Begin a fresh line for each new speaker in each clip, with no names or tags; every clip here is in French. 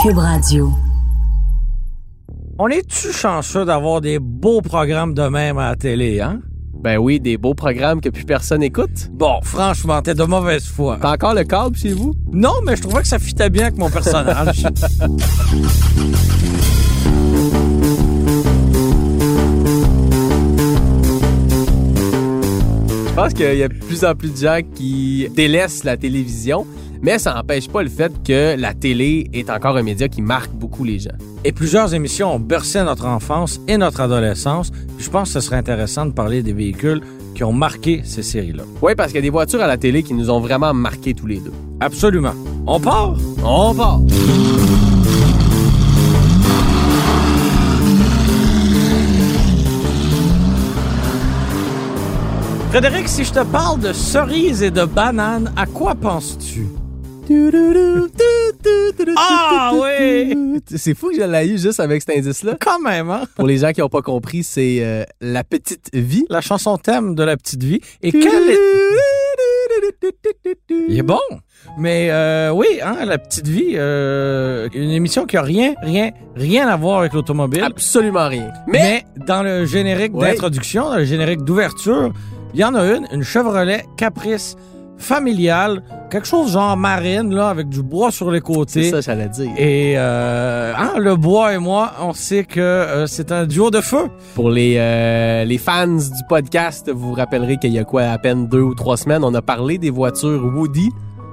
Cube Radio.
On est-tu chanceux d'avoir des beaux programmes de même à la télé, hein?
Ben oui, des beaux programmes que plus personne écoute.
Bon, franchement, t'es de mauvaise foi.
T'as encore le câble chez vous?
Non, mais je trouvais que ça fitait bien avec mon personnage.
Je pense qu'il y a de plus en plus de gens qui délaissent la télévision, mais ça n'empêche pas le fait que la télé est encore un média qui marque beaucoup les gens.
et plusieurs émissions ont bercé notre enfance et notre adolescence. Puis je pense que ce serait intéressant de parler des véhicules qui ont marqué ces séries-là.
Oui, parce qu'il y a des voitures à la télé qui nous ont vraiment marqués tous les deux.
Absolument. On part?
On part!
Frédéric, si je te parle de cerises et de bananes, à quoi penses-tu? Ah oui!
C'est fou que je l'ai eu juste avec cet indice-là.
Quand même, hein?
Pour les gens qui n'ont pas compris, c'est euh, La Petite Vie.
La chanson thème de la petite vie. Et quel est... Il est bon. Mais euh, oui, hein, la petite vie, euh, une émission qui a rien, rien, rien à voir avec l'automobile.
Absolument rien. Ah, Mais,
Mais dans le générique
Ouais.
d'introduction, dans le générique d'ouverture, il y en a une, une Chevrolet Caprice familiale, quelque chose genre marine, là, avec du bois sur les
c'est
côtés.
ça, j'allais dire.
Et euh, hein, le bois et moi, on sait que euh, c'est un duo de feu.
Pour les, euh, les fans du podcast, vous vous rappellerez qu'il y a quoi, à peine deux ou trois semaines, on a parlé des voitures Woody.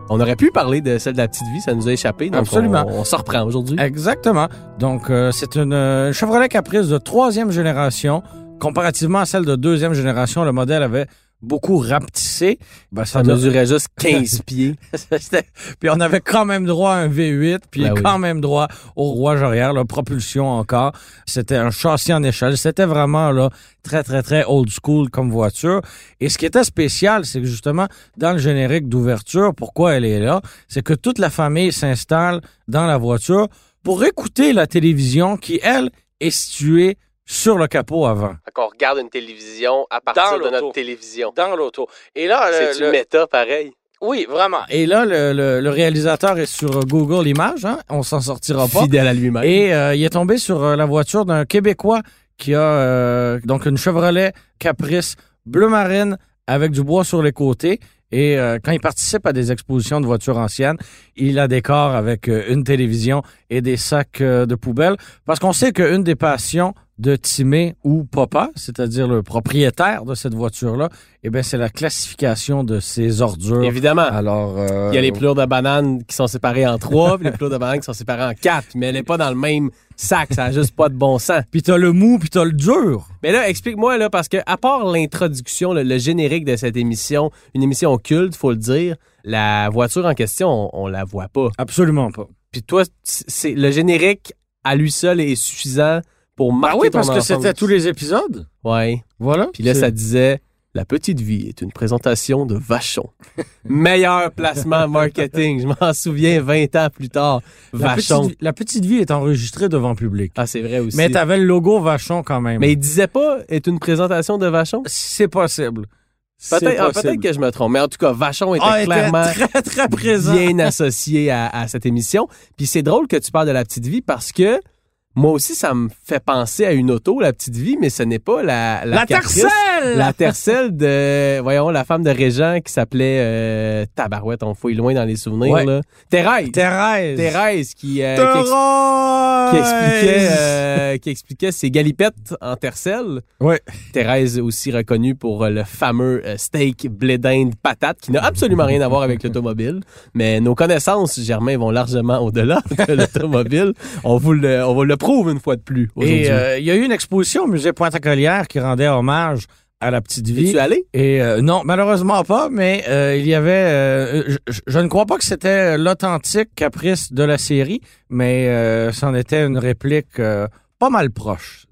On aurait pu parler de celle de la petite vie, ça nous a échappé. Donc
Absolument.
On, on s'en reprend aujourd'hui.
Exactement. Donc, euh, c'est une euh, Chevrolet Caprice de troisième génération. Comparativement à celle de deuxième génération, le modèle avait beaucoup rapetissé. Ben,
Ça
doit-
mesurait juste 15 pieds.
C'était- puis on avait quand même droit à un V8, puis
Ben oui.
quand même droit au rouage arrière, la propulsion encore. C'était un châssis en échelle. C'était vraiment là très très très old school comme voiture. Et ce qui était spécial, c'est que justement dans le générique d'ouverture, pourquoi elle est là, c'est que toute la famille s'installe dans la voiture pour écouter la télévision qui elle est située sur le capot avant.
Quand on regarde une télévision à
Dans
partir de
l'auto.
notre télévision.
Dans l'auto. Et là,
C'est une méta pareil.
oui, vraiment. Et là, le, le- le réalisateur est sur euh, Google Images. Hein? On s'en sortira pas.
Fidèle à lui-même.
Et euh, il est tombé sur euh, la voiture d'un Québécois qui a euh, donc une Chevrolet Caprice bleu marine avec du bois sur les côtés. Et euh, quand il participe à des expositions de voitures anciennes, il la décore avec euh, une télévision et des sacs euh, de poubelle. Parce qu'on sait qu'une des passions de Timé ou Papa, c'est-à-dire le propriétaire de cette voiture-là, eh bien, c'est la classification de ses ordures.
Évidemment.
Alors, euh,
Il y a les plures de bananes qui sont séparées en trois, puis les plures de bananes qui sont séparées en quatre, mais elle n'est pas dans le même sac, ça n'a juste pas de bon sens.
puis t'as le mou, puis t'as le dur.
Mais Ben là, explique-moi, là, parce que à part l'introduction, le, le générique de cette émission, une émission culte, faut le dire, la voiture en question, on, on la voit pas.
Absolument pas.
Puis toi, c- c'est le générique à lui seul est suffisant pour
Bah
marquer
oui,
ton
parce que
enfance.
c'était tous les épisodes.
Ouais.
Voilà.
Puis là, ça disait La petite vie est une présentation de Vachon. Meilleur placement marketing, je m'en souviens 20 ans plus tard.
la
Vachon.
Petite, la petite vie est enregistrée devant public.
Ah, c'est vrai aussi.
mais t'avais le logo Vachon quand même.
Mais il disait pas est une présentation de Vachon.
c'est possible. C'est
Peut-être ah,
possible.
peut-être que je me trompe, mais en tout cas, Vachon était
Ah, était
clairement
très très présent.
bien associé à, à cette émission. Puis c'est drôle que tu parles de la petite vie parce que moi aussi, ça me fait penser à une auto, la petite vie, mais ce n'est pas la
La,
Caprice.
Tercel.
La tercelle de, voyons, la femme de Régent qui s'appelait euh, Tabarouette, on fouille loin dans les souvenirs.
Ouais.
Là. Thérèse.
Thérèse.
Thérèse qui, euh,
Thérèse.
qui ex- qui expliquait, euh, qui expliquait ses galipettes en tercelle.
Ouais.
Thérèse aussi reconnue pour euh, le fameux euh, steak blé d'Inde patate qui n'a absolument rien à voir avec l'automobile. Mais nos connaissances, Germain, vont largement au-delà de l'automobile. on, vous le- on vous le prouve une fois de plus aujourd'hui.
Et euh, il y a eu une exposition au musée Pointe-à-Collière qui rendait hommage à la petite vie.
Es-tu allé?
Et euh, non, malheureusement pas, mais euh, il y avait... euh, je, je- je ne crois pas que c'était l'authentique caprice de la série, mais euh, c'en était une réplique euh, pas mal proche.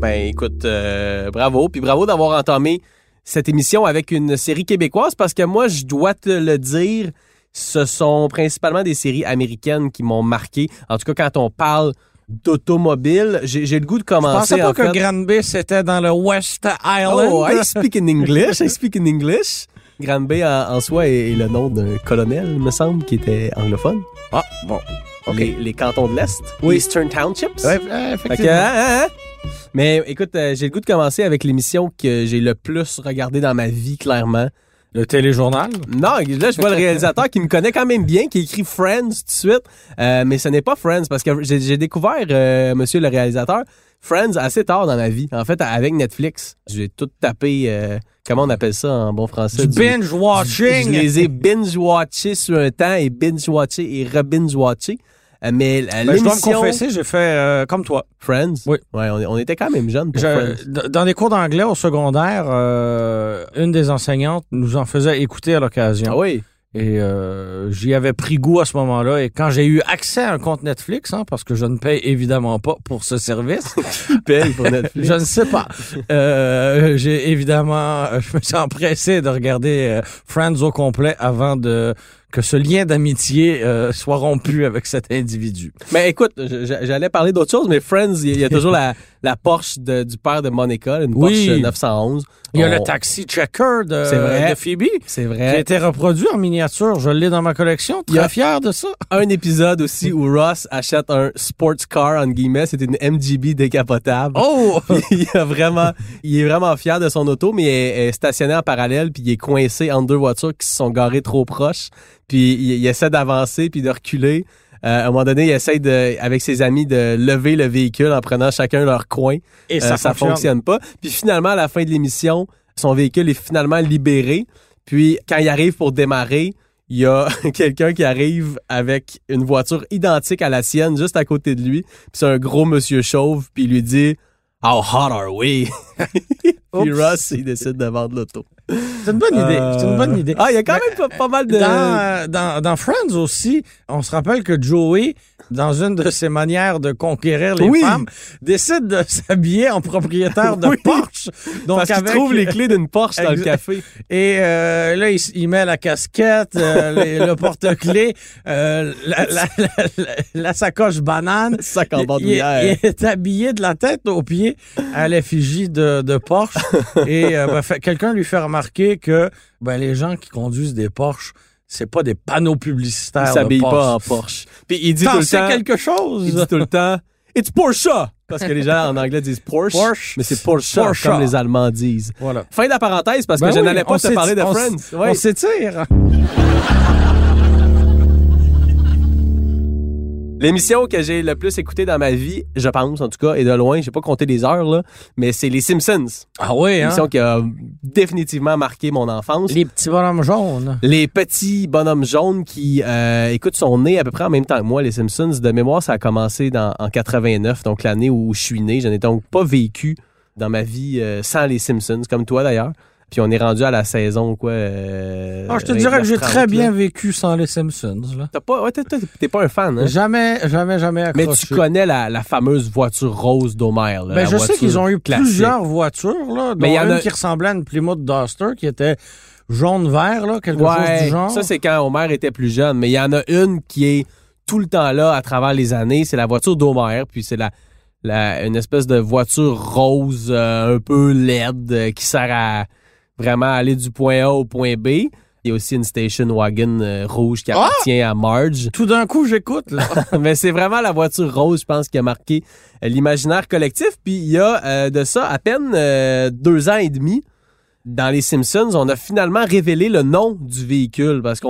Ben écoute, euh, bravo. Puis bravo d'avoir entamé cette émission avec une série québécoise parce que moi, je dois te le dire, ce sont principalement des séries américaines qui m'ont marqué. En tout cas, quand on parle d'automobile, j'ai j'ai le goût de
Je
commencer
pensais pas
en
que
fait-
Granby, c'était dans le West Island.
Oh, I speak in English. I speak in English. Grande Bay en, en soi est, est le nom d'un colonel, me semble, qui était anglophone.
Ah, bon. OK.
Les, les cantons de l'Est.
Oui.
Eastern Townships.
Ouais, euh,
Fait que,
effectivement.
hein, hein, hein. Mais écoute, euh, j'ai le goût de commencer avec l'émission que j'ai le plus regardée dans ma vie, clairement.
Le téléjournal.
Non, là, je vois le réalisateur qui me connaît quand même bien, qui écrit Friends tout de suite. Euh, mais ce n'est pas Friends parce que j'ai j'ai découvert, euh, monsieur le réalisateur, Friends assez tard dans ma vie. En fait, avec Netflix, j'ai tout tapé, euh, comment on appelle ça en bon français?
Du binge-watching. Ben,
Je les ai binge-watchés sur un temps et binge-watchés et re-binge-watchés. Euh, mais euh,
Ben, je dois me
l'émission
confesser, j'ai fait euh, comme toi.
Friends,
Oui.
ouais, on, on était quand même jeunes pour Friends.
Je- d- dans les cours d'anglais au secondaire, euh, une des enseignantes nous en faisait écouter à l'occasion.
Ah oui,
Et euh, j'y avais pris goût à ce moment-là. Et quand j'ai eu accès à un compte Netflix, hein, parce que je ne paye évidemment pas pour ce service,
qui paye pour Netflix.
je ne sais pas. Euh, j'ai évidemment, euh, je me suis empressé de regarder euh, Friends au complet avant de que ce lien d'amitié euh, soit rompu avec cet individu.
Mais écoute, je- je- j'allais parler d'autre chose, mais Friends, il y a- il y a toujours la, la Porsche de- du père de Monica, une
Oui.
Porsche 911.
Il y a
On-
le taxi checker de,
Oh. C'est vrai.
de Phoebe.
C'est
Qui a
vrai.
été reproduit en miniature. Je l'ai dans ma collection. Très
Il y a-
fier de ça.
Un épisode aussi où Ross achète un sports car, entre guillemets, c'est une MGB décapotable.
Oh!
il, a vraiment, il est vraiment fier de son auto, mais elle- elle est stationné en parallèle, puis il est coincé entre deux voitures qui se sont garées trop proches. Puis il, il essaie d'avancer, puis de reculer. Euh, à un moment donné, il essaie, de, avec ses amis, de lever le véhicule en prenant chacun leur coin.
Et
Euh, ça, fonctionne pas. Puis finalement, à la fin de l'émission, son véhicule est finalement libéré. Puis quand il arrive pour démarrer, il y a quelqu'un qui arrive avec une voiture identique à la sienne juste à côté de lui. Puis c'est un gros monsieur chauve, puis il lui dit « How hot are we? » Puis
Oups.
Ross, il décide de vendre l'auto.
C'est une bonne idée. C'est une bonne
Euh,
idée.
Ah, il y a quand même pas, pas mal de...
Dans, dans, dans Friends aussi, on se rappelle que Joey, dans une de ses manières de conquérir les
Oui.
femmes, décide de s'habiller en propriétaire de
Oui.
Porsche. Donc
Parce qu'il
avec-
trouve les clés d'une Porsche dans le
Exact.
café.
Et euh, là, il, s- il met la casquette, euh, les- le porte-clés, euh, la, la- la- la- la sacoche banane.
Sac en
Il-
bord de
il,
lumière.
il est habillé de la tête aux pieds à l'effigie de, de Porsche. Et euh, ben, fait- quelqu'un lui fait remarquer que ben, les gens qui conduisent des Porsches, c'est pas des panneaux
Il
publicitaires. de
s'habille pas
Porsche.
en Porsche. Puis il dit tout
T'en
le
sais
temps...
quelque
Il
chose.
dit tout le temps It's Porsche! Parce que les gens en anglais disent Porsche.
Porsche.
Mais c'est Porsche,
Porsche.
comme les Allemands disent.
Voilà.
Fin de la parenthèse parce que
Ben
je
oui,
n'allais
on
pas te
s'éti-
parler de
on
Friends.
s-
Ouais.
On s'étire.
L'émission que j'ai le plus écoutée dans ma vie, je pense en tout cas, et de loin, j'ai pas compté les heures là, mais c'est Les Simpsons.
Ah oui, hein?
L'émission qui a définitivement marqué mon enfance.
Les petits bonhommes jaunes.
Les petits bonhommes jaunes qui, euh, écoute, sont nés à peu près en même temps que moi, les Simpsons. De mémoire, ça a commencé dans- en 89, donc l'année où je suis né. Je n'ai donc pas vécu dans ma vie euh, sans les Simpsons, comme toi d'ailleurs. Puis on est rendu à la saison, quoi. euh,
Ah, je te dirais que j'ai
29-30,
très bien
là.
vécu sans les Simpsons. Là.
T'as pas, ouais, t'es- t'es t'es pas un fan, hein?
Jamais, jamais, jamais accroché.
Mais tu connais la, la fameuse voiture rose d'Homer, là,
Ben,
la
je sais
voiture
qu'ils ont eu
classique.
plusieurs voitures, là, dont
Mais il y en
une
a-
qui ressemblait à une Plymouth Duster, qui était jaune-vert, là, quelque chose
Ouais,
du genre.
ça c'est quand Homer était plus jeune, mais il y en a une qui est tout le temps là à travers les années, c'est la voiture d'Homer, puis c'est la, la- une espèce de voiture rose euh, un peu laide euh, qui sert à vraiment aller du point A au point B. Il y a aussi une station wagon euh, rouge qui
Ah!
appartient à Marge.
Tout d'un coup, j'écoute, là.
Mais c'est vraiment la voiture rose, je pense, qui a marqué euh, l'imaginaire collectif. Puis il y a euh, de ça à peine euh, deux ans et demi, dans Les Simpsons, on a finalement révélé le nom du véhicule parce qu'on.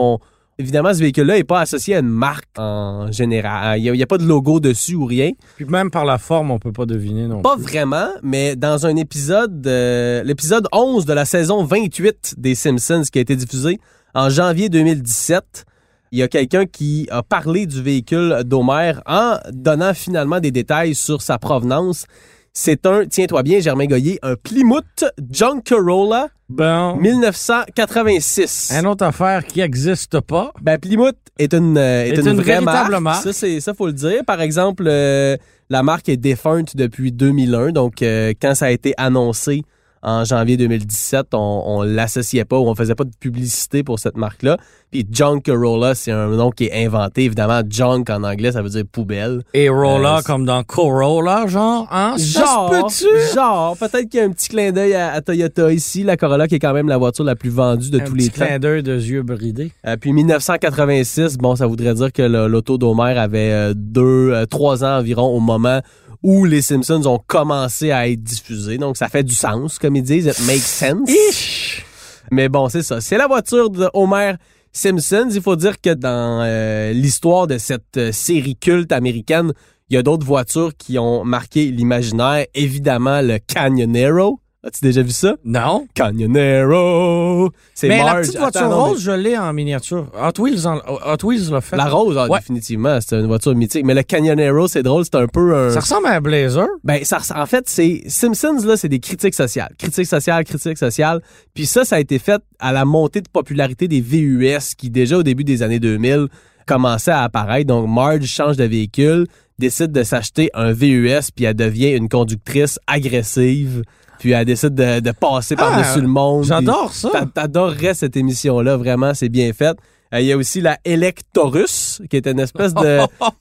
Évidemment, ce véhicule-là n'est pas associé à une marque en général. Il n'y a, il y a pas de logo dessus ou rien.
Puis même par la forme, on peut pas deviner, non.
Pas vraiment, mais dans un épisode, euh, l'épisode 11 de la saison 28 des Simpsons qui a été diffusé en janvier 2017, il y a quelqu'un qui a parlé du véhicule d'Homer en donnant finalement des détails sur sa provenance. C'est un, tiens-toi bien, Germain Goyer, un Plymouth John Corolla
Bon.
1986.
Un autre affaire qui existe pas.
Ben, Plymouth est une, euh, est
Est
une,
une
vraie
véritable
marque.
marque.
Ça, c'est, ça, faut le dire. Par exemple, euh, la marque est défunte depuis 2001. Donc, euh, quand ça a été annoncé en janvier 2017, on, ne l'associait pas ou on faisait pas de publicité pour cette marque-là. Puis Junk Corolla, c'est un nom qui est inventé. Évidemment, junk en anglais, ça veut dire poubelle.
Et Roller
Euh,
comme dans Corolla, genre, hein? Ça
Genre,
se peut-tu?
genre, peut-être qu'il y a un petit clin d'œil à, à Toyota ici, la Corolla qui est quand même la voiture la plus vendue de
Un
tous
petit
les temps.
clin d'œil de yeux bridés.
Euh, puis 1986, bon, ça voudrait dire que le- l'auto d'Homer avait euh, deux, euh, trois ans environ au moment où les Simpsons ont commencé à être diffusés. Donc, ça fait du sens, comme ils disent. It makes sense.
Ish!
Mais bon, c'est ça. C'est la voiture de Homer Simpson. Il faut dire que dans euh, l'histoire de cette euh, série culte américaine, il y a d'autres voitures qui ont marqué l'imaginaire. Évidemment, le Canyonero. As-tu déjà vu ça?
Non.
Canyonero! C'est
Mais la
Marge.
petite voiture
Attends, non, mais-
rose, je l'ai en miniature. Hot Wheels en- Hot Wheels l'a fait.
La rose, ah,
Ouais.
définitivement, c'est une voiture mythique. Mais le Canyonero, c'est drôle, c'est un peu un...
Ça ressemble à un blazer.
Ben, ça, res- en fait, c'est Simpsons, là, c'est des critiques sociales. Critiques sociales, critiques sociales. Puis ça, ça a été fait à la montée de popularité des VUS qui, déjà au début des années 2000, commençaient à apparaître. Donc, Marge change de véhicule, décide de s'acheter un VUS, puis elle devient une conductrice agressive. Puis elle décide de, de passer
Ah,
par-dessus le monde. puis-
J'adore ça.
T'a- T'adorerais cette émission-là, vraiment, c'est bien fait. Euh, Il y a aussi la Electorus, qui est une espèce de,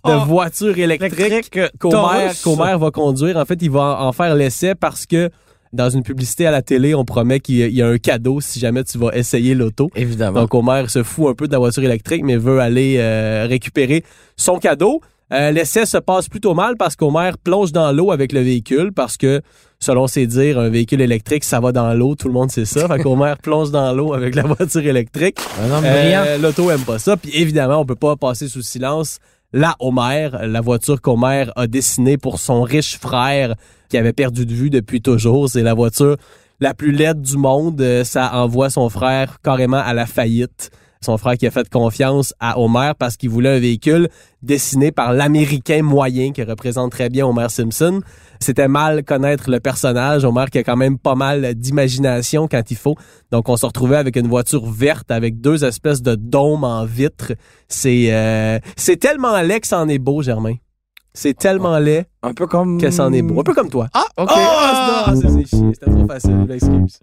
de voiture électrique
Électrique, euh,
qu'Homer
Taurus.
qu'Homer va conduire. En fait, il va en en faire l'essai parce que dans une publicité à la télé, on promet qu'il y a- il y a un cadeau si jamais tu vas essayer l'auto.
Évidemment.
Donc Homer se fout un peu de la voiture électrique, mais veut aller euh, récupérer son cadeau. Euh, L'essai se passe plutôt mal parce qu'Homer plonge dans l'eau avec le véhicule parce que, selon ses dires, un véhicule électrique, ça va dans l'eau, tout le monde sait ça. Fait qu'Homer plonge dans l'eau avec la voiture électrique.
un homme brillant.
Euh, L'auto aime pas ça. Puis évidemment, on peut pas passer sous silence la Homer, la voiture qu'Homer a dessinée pour son riche frère qui avait perdu de vue depuis toujours. C'est la voiture la plus laide du monde. Euh, Ça envoie son frère carrément à la faillite. Son frère qui a fait confiance à Homer parce qu'il voulait un véhicule dessiné par l'Américain moyen qui représente très bien Homer Simpson. C'était mal connaître le personnage. Homer qui a quand même pas mal d'imagination quand il faut. Donc, on se retrouvait avec une voiture verte avec deux espèces de dômes en vitre. C'est euh, c'est tellement laid que ça en est beau, Germain. C'est tellement laid
Un peu comme.
que ça en est beau. Un peu comme toi.
Ah, OK.
Ah, c'est- c'est chier. C'était trop facile, je m'excuse.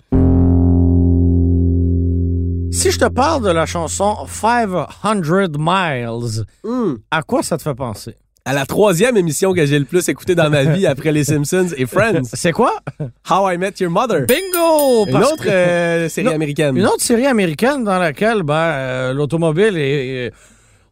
Si je te parle de la chanson 500 Miles,
Hum.
à quoi ça te fait penser?
À la troisième émission que j'ai le plus écoutée dans ma vie après Les Simpsons et Friends,
C'est quoi?
How I Met Your Mother.
Bingo!
Une
Parce
autre
que-
euh, série
Non,
américaine.
Une autre série américaine dans laquelle ben, euh, l'automobile est, est-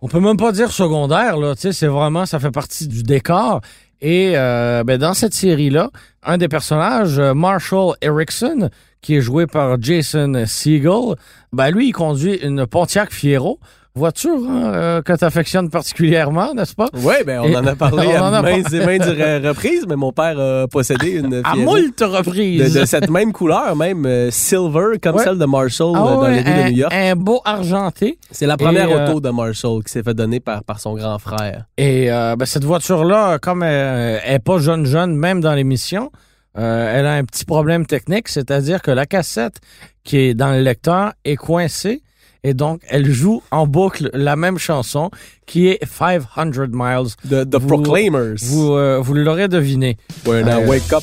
on peut même pas dire secondaire là, tu sais, c'est vraiment ça fait partie du décor. Et euh, ben, dans cette série là, un des personnages, euh, Marshall Erickson, qui est joué par Jason Segel, ben lui il conduit une Pontiac Fiero, voiture hein, euh, que tu affectionnes particulièrement, n'est-ce pas
Oui, ben on
Et-
en a parlé
On en
à
a
maintes et maintes re- reprises, mais mon père a possédé une
À
Fiero
moult
de,
reprises.
de cette même couleur, même euh, silver, comme
Ouais.
celle de Marshall
Ah
euh, dans
ouais,
les rues de
un,
New York.
un beau argenté.
C'est la première
et, euh,
auto de Marshall qui s'est fait donner par, par son grand frère.
Et euh, ben, cette voiture-là, comme euh, elle n'est pas jeune jeune, même dans l'émission, euh, elle a un petit problème technique, c'est-à-dire que la cassette qui est dans le lecteur est coincée et donc elle joue en boucle la même chanson qui est 500 Miles.
The, the
vous-
Proclaimers.
Vous, euh, vous l'aurez deviné.
When I
Euh,
wake up,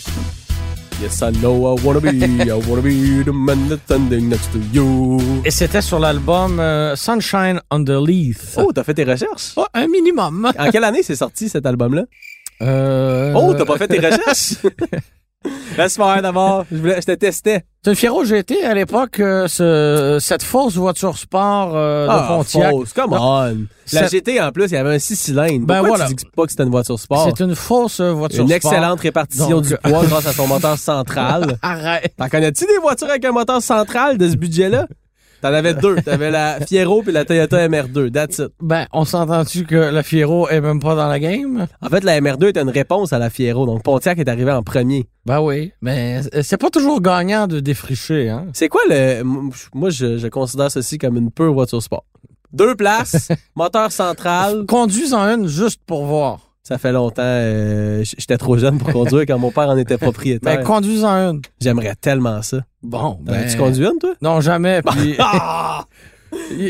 yes I know I wanna be, I wanna be the man that's standing next to you.
Et c'était sur l'album euh, Sunshine Underneath.
Oh, t'as fait tes recherches?
Oh, un minimum.
En quelle année c'est sorti cet album-là?
Euh,
Oh, t'as pas fait tes recherches? Laisse faire d'abord. Je, voulais- je te testais.
C'est une Fiero GT à l'époque, euh, ce- cette fausse voiture sport euh,
Ah,
de Pontiac.
fausse, come on. La
Cette-
GT, en plus, il y avait un 6 cylindres.
Ben
Pourquoi
voilà.
tu dis pas que c'était une voiture sport?
C'est une fausse euh, voiture
Une
sport.
excellente répartition
Donc- euh,
du poids grâce à son moteur central.
Arrête.
T'en connais-tu des voitures avec un moteur central de ce budget-là? T'en avais deux. T'avais la Fiero puis la Toyota MR2. That's it.
Ben, on s'entend-tu que la Fiero est même pas dans la game?
En fait, la MR2 était une réponse à la Fiero. Donc, Pontiac est arrivé en premier.
Ben oui. Mais c'est pas toujours gagnant de défricher, hein?
C'est quoi le. m- Moi, je, je considère ceci comme une pure voiture sport. Deux places, moteur central.
Conduis-en une juste pour voir.
Ça fait longtemps, euh, j- j'étais trop jeune pour conduire quand mon père en était propriétaire.
Ben, conduis-en une.
J'aimerais tellement ça.
Bon, ben...
tu conduis une, toi?
Non, jamais. Puis,
Ah!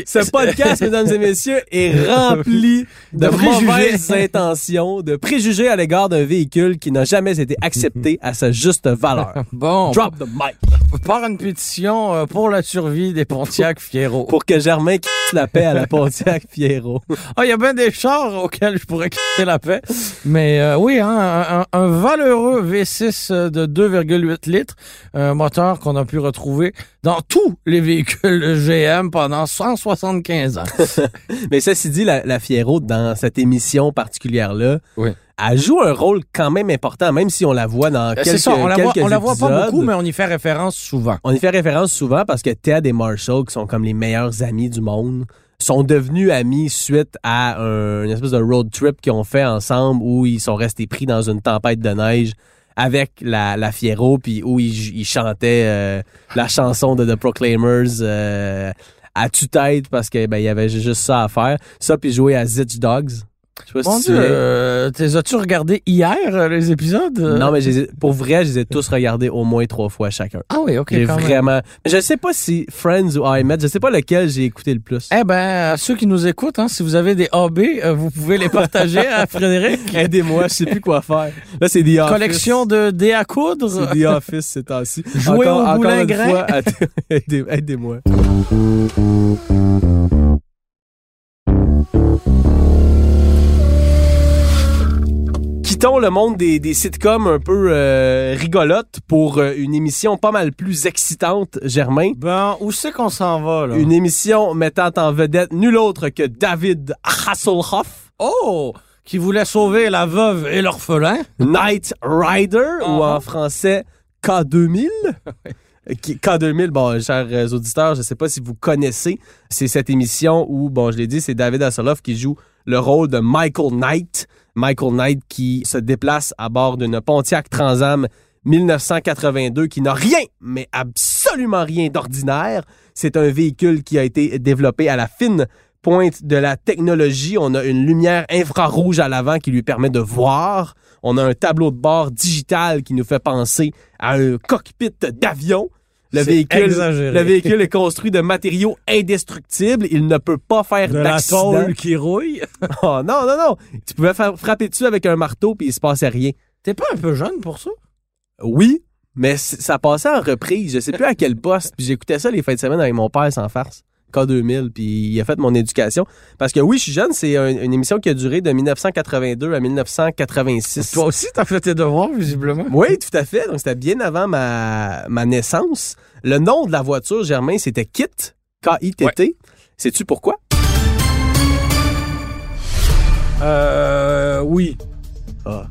Ce podcast, mesdames et messieurs, est rempli de,
De préjugés.
mauvaises intentions, de préjugés à l'égard d'un véhicule qui n'a jamais été accepté à sa juste valeur.
Bon,
Drop the mic
on part une pétition euh, pour la survie des Pontiac Fierro.
pour que Germain quitte la paix à la Pontiac Pierrot.
Ah, il y a bien des chars auxquels je pourrais quitter la paix. Mais euh, oui, hein, un, un- un valeureux V6 euh, de 2,8 litres, un moteur qu'on a pu retrouver dans tous les véhicules GM pendant 175 ans.
Mais ceci dit, la, la Fierro, dans cette émission particulière-là,
Oui.
elle joue un rôle quand même important, même si on la voit dans quelques
Euh, C'est ça, on la, voit,
quelques
on la voit pas
épisodes.
beaucoup, mais on y fait référence souvent.
On y fait référence souvent parce que Ted et Marshall, qui sont comme les meilleurs amis du monde, sont devenus amis suite à un- une espèce de road trip qu'ils ont fait ensemble où ils sont restés pris dans une tempête de neige avec la, la Fiero, puis où ils, ils chantaient euh, la chanson de The Proclaimers euh, à tue-tête parce que ben, il y avait juste ça à faire. Ça, puis jouer à Zitch Dogs. Je sais pas
Mon
si tu
Dieu,
l'as.
euh, t'es- as-tu regardé hier euh, les épisodes?
Non, mais je les ai- pour vrai, je les ai tous regardés au moins trois fois chacun.
Ah oui, ok,
J'ai
quand même.
vraiment. Je sais pas si Friends ou I Met, je sais pas lequel j'ai écouté le plus.
Eh ben, à ceux qui nous écoutent, hein, si vous avez des AB, vous pouvez les partager à Frédéric.
Aidez-moi, je sais plus quoi faire. Là, c'est The Office.
Collection de dés à coudre.
C'est The Office ces temps-ci.
Jouer
encore,
au
encore une
boulingrin.
fois, att- aidez- aidez-moi. Quittons le monde des, des sitcoms un peu euh, rigolotes pour euh, une émission pas mal plus excitante, Germain.
Ben, où c'est qu'on s'en va, là?
Une émission mettant en vedette nul autre que David Hasselhoff,
Oh! Qui voulait sauver la veuve et l'orphelin.
Knight Rider, ou en
Ah.
français K2000. Qui- K2000, bon, chers euh, auditeurs, je ne sais pas si vous connaissez, c'est cette émission où, bon, je l'ai dit, c'est David Hasselhoff qui joue le rôle de Michael Knight. Michael Knight qui se déplace à bord d'une Pontiac Transam 1982 qui n'a rien, mais absolument rien d'ordinaire. C'est un véhicule qui a été développé à la fine pointe de la technologie. On a une lumière infrarouge à l'avant qui lui permet de voir. On a un tableau de bord digital qui nous fait penser à un cockpit d'avion. Le
C'est
véhicule,
exagéré.
le véhicule est construit de matériaux indestructibles. Il ne peut pas faire d'accident.
qui rouille.
Oh, non, non, non. Tu pouvais fa- frapper dessus avec un marteau puis il se passait rien.
T'es pas un peu jeune pour ça?
Oui, mais c- ça passait en reprise. Je sais plus à quel poste. Puis j'écoutais ça les fins de semaine avec mon père sans farce. K2000, puis il a fait mon éducation. Parce que oui, je suis jeune, c'est un- une émission qui a duré de 1982 à 1986.
Toi aussi, t'as fait tes devoirs, visiblement.
Oui, tout à fait. Donc, c'était bien avant ma, ma naissance. Le nom de la voiture, Germain, c'était Kit, K-I-T-T. Sais-tu pourquoi?
Euh, oui.
Ah.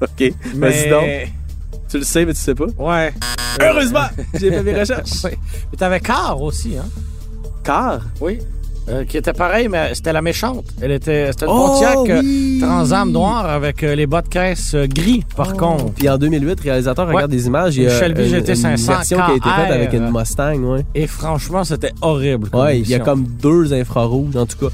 OK. Vas-y
Mais...
donc. Tu le sais, mais tu sais pas.
Ouais.
Heureusement, j'ai fait mes recherches.
Oui. Mais t'avais Car aussi, hein?
Car?
Oui. Euh, qui était pareil, mais c'était la méchante. Elle était, c'était une
Oh,
Pontiac euh, Transam noire avec euh, les bas de caisse euh, gris, par contre.
Puis en 2008, réalisateur
Ouais.
regarde des images. Il y a
Une Shelby
une,
GT500
une version qui a été faite
KR.
avec une Mustang, ouais.
Et franchement, c'était horrible. comme
Ouais, il y a
émission.
comme deux infrarouges, en tout cas.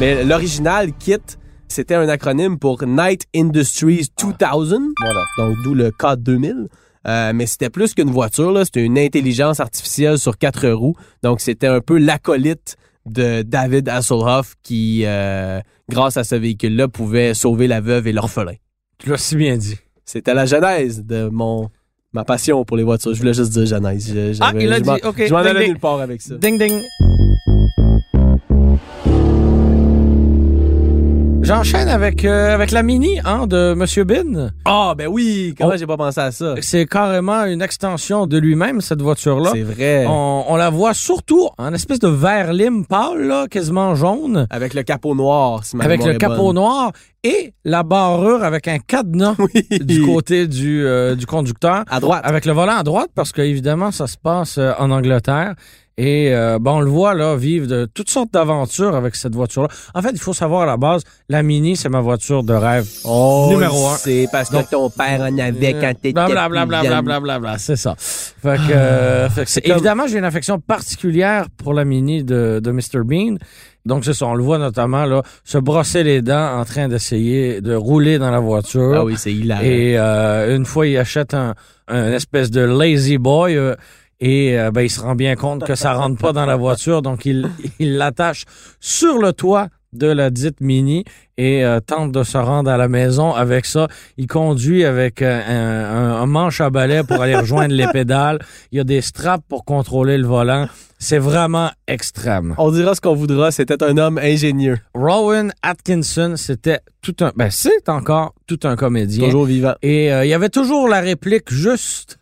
Mais l'original, KIT, c'était un acronyme pour Night Industries 2000.
Voilà.
donc d'où le K2000. Euh, mais c'était plus qu'une voiture, là. c'était une intelligence artificielle sur quatre roues. Donc c'était un peu l'acolyte de David Hasselhoff qui, euh, grâce à ce véhicule-là, pouvait sauver la veuve et l'orphelin.
Tu l'as si bien dit.
C'était la genèse de mon ma passion pour les voitures. Je voulais juste dire genèse. Je,
Ah,
j'avais-
il a
je m'en-
dit, ok,
Je m'en
ding,
allais
ding.
nulle part avec ça.
Ding ding. J'enchaîne avec, euh, avec la mini hein, de Monsieur Bin.
Ah, ben oui! Comment j'ai pas pensé à ça?
C'est carrément une extension de lui-même, cette voiture-là.
C'est vrai.
On, on la voit surtout en espèce de vert lime pâle, là, quasiment jaune,
Avec le capot noir, si ma
avec
mémoire
le
est
capot
bonne.
noir et la barrure avec un cadenas du côté du, euh, du conducteur.
À droite.
Avec le volant à droite, parce que évidemment, ça se passe euh, en Angleterre. Et euh, ben, on le voit là, vivre de toutes sortes d'aventures avec cette voiture-là. En fait, il faut savoir à la base, la Mini, c'est ma voiture de rêve.
Oh,
Numéro un.
C'est parce
Donc-
que ton père en avait quand t'étais
Blablabla,
plus Ah.
blablabla,
jeune.
blablabla, c'est ça. Fait que, euh, fait que c'est-
comme-
Évidemment, j'ai une affection particulière pour la Mini de, de Mr. Bean. Donc, c'est ça, on le voit notamment là, se brosser les dents en train d'essayer de rouler dans la voiture.
Ah oui, c'est hilarant.
Et euh, une fois, il achète un, un espèce de lazy boy. euh, Et euh, ben, il se rend bien compte que ça rentre pas dans la voiture, donc il il l'attache sur le toit de la dite Mini et euh, tente de se rendre à la maison avec ça. Il conduit avec euh, un, un- un manche à balai pour aller rejoindre les pédales. Il y a des straps pour contrôler le volant. C'est vraiment extrême.
On dira ce qu'on voudra, c'était un homme ingénieux,
Rowan Atkinson, c'était tout un... Ben, c'est encore tout un comédien.
toujours vivant.
Et euh, il y avait toujours la réplique juste.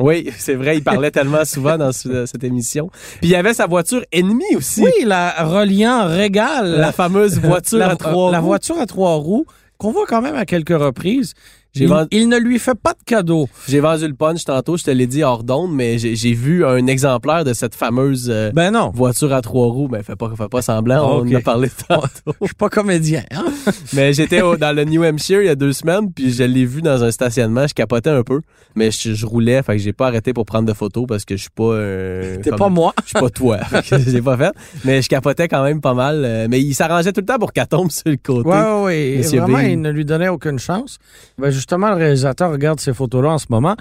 Oui, c'est vrai, il parlait tellement souvent dans ce- cette émission. Puis il y avait sa voiture ennemie aussi,
Oui, la reliant régal.
la fameuse voiture
la, euh,
à trois
la
roues.
voiture à trois roues qu'on voit quand même à quelques reprises.
J'ai
Il-
vend-
il ne lui fait pas de cadeau.
J'ai vendu le punch tantôt, je te l'ai dit hors d'onde, mais j'ai j'ai vu un exemplaire de cette fameuse euh,
Ben non.
voiture à trois roues. Mais fais pas, fais pas semblant,
Ok.
on en a parlé tantôt.
Je suis pas comédien. hein.
mais j'étais au- dans le New Hampshire il y a deux semaines, puis je l'ai vu dans un stationnement, je capotais un peu, mais je, je roulais, fait que j'ai pas arrêté pour prendre de photos parce que je suis pas... euh,
T'es
comme-
pas moi.
Je suis pas toi, fait que j'ai pas fait, mais je capotais quand même pas mal. euh, mais il s'arrangeait tout le temps pour qu'elle tombe sur le côté.
Ouais, ouais, ouais. Et
Monsieur
Vraiment,
Bean.
il ne lui donnait aucune chance. Ben justement, le réalisateur regarde ces photos-là en ce moment.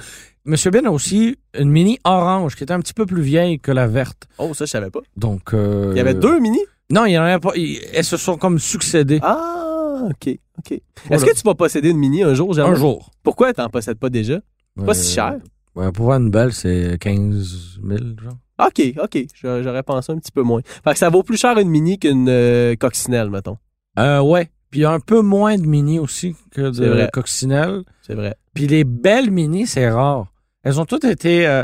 Monsieur Ben a aussi une mini orange qui était un petit peu plus vieille que la verte.
Oh, ça, je savais pas.
Donc, euh,
Il y avait deux mini?
Non, il y en avait pas. il- Elles se sont comme succédées
Ah, OK, OK. Est-ce
Voilà.
que tu vas posséder une mini un jour,
un
Germain?
jour.
Pourquoi t'en possèdes pas déjà? C'est pas si cher.
Euh, ouais, pour voir une balle, c'est 15 000, genre.
OK, OK. J'a- J'aurais pensé un petit peu moins. Fait que ça vaut plus cher une mini qu'une euh, coccinelle, mettons.
Euh, ouais. Puis un peu moins de mini aussi que
C'est
de
vrai.
coccinelle.
C'est vrai.
Puis les belles mini, c'est rare. Elles ont toutes été euh,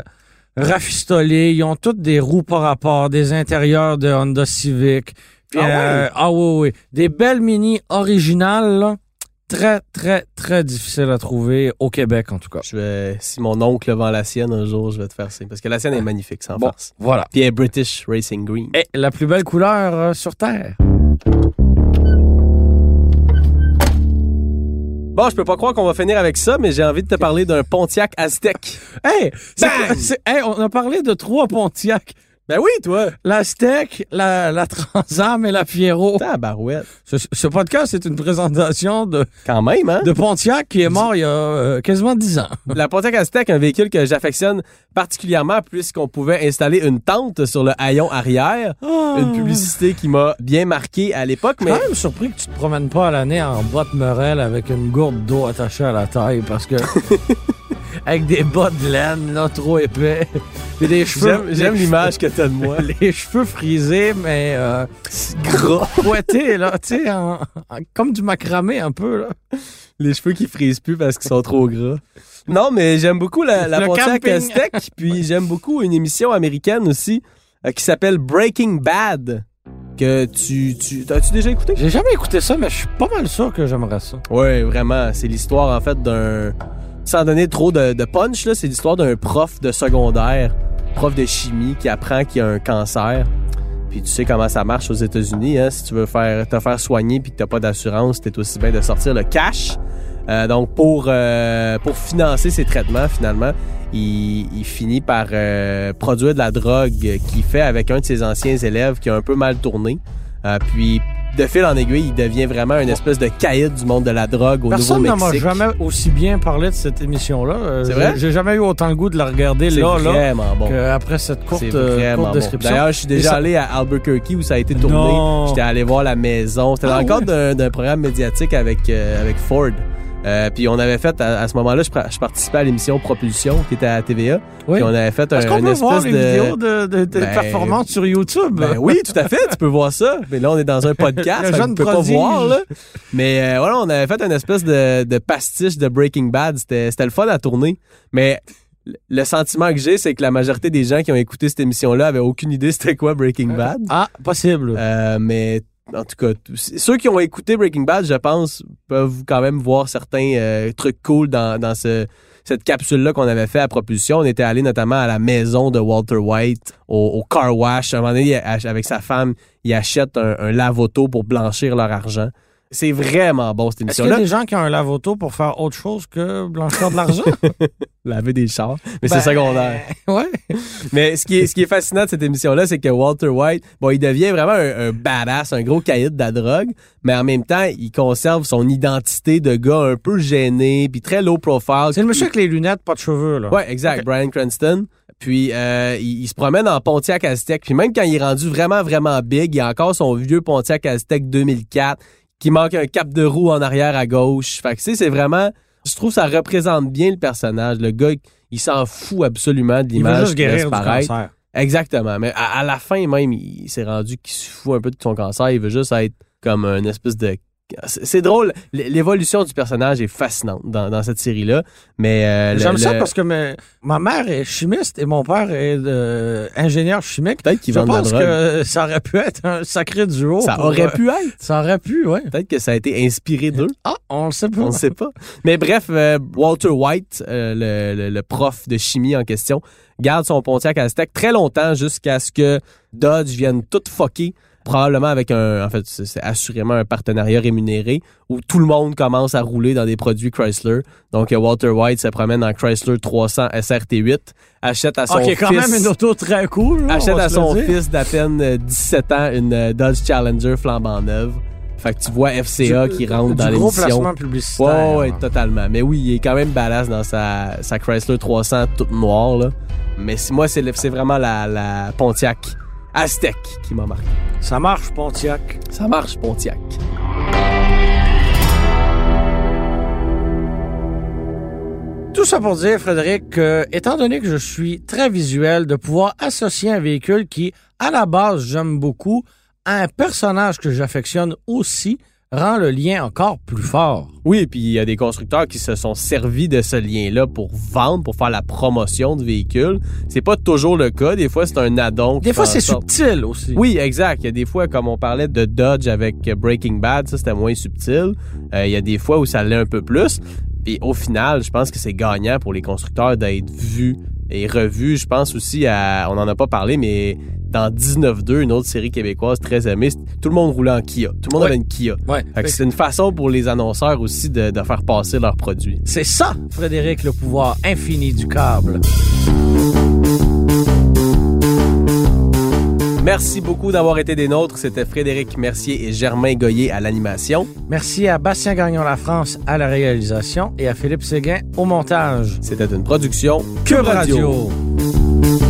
rafistolées. Ils ont toutes des roues par rapport, des intérieurs de Honda Civic. Puis,
Ah ouais?
euh, ah oui, oui. Des belles mini originales, là, très, très, très difficiles à trouver au Québec, en tout cas.
Je vais, si mon oncle vend la sienne un jour, je vais te faire signe. Parce que la sienne est magnifique, sans
Bon.
farce.
Voilà.
Puis elle est British Racing Green.
Et la plus belle couleur euh, sur Terre.
Bon, je peux pas croire qu'on va finir avec ça, mais j'ai envie de te parler d'un Pontiac Aztec.
Hey, c'est
Bang!
quoi- c'est- hey, on a parlé de trois Pontiac.
Ben oui, toi!
L'Aztec, la, la Transam et la Fiero.
T'as la barouette.
Ce, ce podcast est une présentation de,
Quand même, hein?
de Pontiac qui est mort il y a euh, quasiment dix ans.
La Pontiac Aztec, un véhicule que j'affectionne particulièrement puisqu'on pouvait installer une tente sur le haillon arrière. Une publicité qui m'a bien marqué à l'époque,
Je suis
Ah. mais
quand même surpris que tu te promènes pas à l'année en bottes Morel avec une gourde d'eau attachée à la taille parce que. avec des bottes de laine, là, trop épais. Puis des cheveux.
j'aime j'aime
des-
l'image que t'as de moi.
Les cheveux frisés, mais euh,
Gras.
fouettés, là, tu sais, en- en- comme du macramé un peu, là.
Les cheveux qui frisent plus parce qu'ils sont trop gras. Non, mais j'aime beaucoup la, la
Le
Pontiac
camping.
Aztec, puis j'aime beaucoup une émission américaine aussi euh, qui s'appelle Breaking Bad. Que tu. tu T'as-tu déjà écouté?
J'ai jamais écouté ça, mais je suis pas mal sûr que j'aimerais ça.
Ouais, vraiment. C'est l'histoire, en fait, d'un. Sans donner trop de, de punch, là, c'est l'histoire d'un prof de secondaire, prof de chimie, qui apprend qu'il a un cancer. Puis tu sais comment ça marche aux États-Unis, hein. Si tu veux faire, te faire soigner puis que t'as pas d'assurance, t'es aussi bien de sortir le cash. Euh, donc, pour, euh, pour financer ses traitements, finalement, il, il finit par euh, produire de la drogue qu'il fait avec un de ses anciens élèves qui a un peu mal tourné. Euh, puis, de fil en aiguille, il devient vraiment une espèce de caïd du monde de la drogue au
Personne ne m'a
Nouveau-Mexique.
jamais aussi bien parlé de cette émission-là. Euh,
C'est vrai?
j'ai- J'ai jamais eu autant le goût de la regarder
C'est
là, là,
vraiment bon.
qu'après cette courte,
C'est
euh,
vraiment
courte
bon.
description.
D'ailleurs, je suis
Et
déjà
ça-
allé à Albuquerque où ça a été tourné.
Non.
J'étais allé voir la maison. C'était dans
Ah
le cadre d'un- d'un programme médiatique avec, euh, avec Ford. Euh, puis on avait fait, à, à ce moment-là, je, pra- je participais à l'émission Propulsion qui était à TVA.
Oui.
Puis on avait fait un
Est-ce qu'on
une
peut
espèce
voir les
de...
vidéos de, de- de
Ben-
performances sur YouTube?
Ben oui, tout à fait, tu peux voir ça. Mais là, on est dans un podcast,
Le
fait que
jeune
tu peux
prodige.
pas voir. Là. Mais euh, voilà, on avait fait une espèce de, de pastiche de Breaking Bad. C'était c'était le fun à tourner. Mais le- le sentiment que j'ai, c'est que la majorité des gens qui ont écouté cette émission-là avaient aucune idée c'était quoi Breaking Bad.
Ah, possible.
Euh, mais en tout cas, t- ceux qui ont écouté Breaking Bad, je pense, peuvent quand même voir certains euh, trucs cool dans, dans ce- cette capsule-là qu'on avait fait à Propulsion. On était allé notamment à la maison de Walter White, au, au car wash. À un moment donné, il ach- avec sa femme, il achète un, un lave-auto pour blanchir leur argent. C'est vraiment bon, cette
Est-ce qu'il y a
émission-là.
des gens qui ont un lavoto pour faire autre chose que blanchir de l'argent?
Laver des chars,
Ben,
mais c'est secondaire.
ouais.
Mais ce qui est, ce qui est fascinant de cette émission-là, c'est que Walter White, bon, il devient vraiment un, un badass, un gros caïd de la drogue, mais en même temps, il conserve son identité de gars un peu gêné, puis très low profile.
C'est le monsieur avec les lunettes, pas de cheveux, là.
Ouais, exact.
Ok.
Brian Cranston. Puis euh, il, il se promène en Pontiac Aztec. Puis même quand il est rendu vraiment, vraiment big, il a encore son vieux Pontiac Aztec 2004 qui manque un cap de roue en arrière à gauche. Fait que, tu sais, c'est vraiment... Je trouve que ça représente bien le personnage. Le gars, il s'en fout absolument de
Il veut
l'image
juste
qui laisse
guérir du
paraître.
cancer.
Exactement. Mais à, à la fin même, il s'est rendu qu'il se fout un peu de son cancer. Il veut juste être comme un espèce de. C'est c'est drôle. L- L'évolution du personnage est fascinante dans, dans cette série-là. Mais euh, le-
J'aime ça
le-
parce que ma, ma mère est chimiste et mon père est euh, ingénieur chimique.
peut-être qu'il
Je
vend de la
pense
drogue.
que ça aurait pu être un sacré duo.
Ça
pour, euh,
aurait pu être.
Ça aurait pu, oui.
Peut-être que ça a été inspiré d'eux.
Ah, on le sait pas.
On ne sait pas. Mais bref, euh, Walter White, euh, le, le- le prof de chimie en question, garde son Pontiac Aztec très longtemps jusqu'à ce que Dodge vienne tout fucker. Probablement avec un, en fait, c'est c'est assurément un partenariat rémunéré où tout le monde commence à rouler dans des produits Chrysler. Donc, euh, Walter White se promène en Chrysler 300 SRT8, achète à son
Ah, Ok, quand
fils-
même une auto très cool. là, on
achète
va
à
se
son
le dire.
fils d'à peine euh, 17 ans une euh, Dodge Challenger flambant neuve. Fait que tu vois FCA
Du-
qui rentre
du
dans
gros
l'émission.
placement
Ouais,
publicitaire.
ouais, totalement. Mais oui, il est quand même badass dans sa, sa Chrysler 300 toute noire. Là. Mais c'est- moi, c'est le- c'est vraiment la, la Pontiac Aztec qui m'a marqué.
Ça marche, Pontiac.
Ça marche, Pontiac.
Tout ça pour dire, Frédéric, que, étant donné que je suis très visuel, de pouvoir associer un véhicule qui, à la base, j'aime beaucoup, à un personnage que j'affectionne aussi, rend le lien encore plus fort.
Oui, et puis il y a des constructeurs qui se sont servis de ce lien-là pour vendre, pour faire la promotion de véhicules. C'est pas toujours le cas. Des fois, c'est un addon. qui
Des fois,
fait en
c'est
sorte-
subtil aussi.
Oui, exact. Il y a des fois, comme on parlait de Dodge avec euh, Breaking Bad, ça c'était moins subtil. Euh, il y a des fois où ça l'est un peu plus. Puis au final, je pense que c'est gagnant pour les constructeurs d'être vus et revus. Je pense aussi à, on n'en a pas parlé, mais dans 19.2, une autre série québécoise très aimée, c'est- tout le monde roulait en Kia. Tout le monde
Ouais.
avait une Kia.
Ouais.
Fait que c'est une façon pour les annonceurs aussi de, de faire passer leurs produits.
C'est ça, Frédéric, le pouvoir infini du câble.
Merci beaucoup d'avoir été des nôtres. C'était Frédéric Mercier et Germain Goyer à l'animation.
Merci à Bastien Gagnon La France à la réalisation et à Philippe Séguin au montage.
C'était une production
Cube
Radio.
Radio.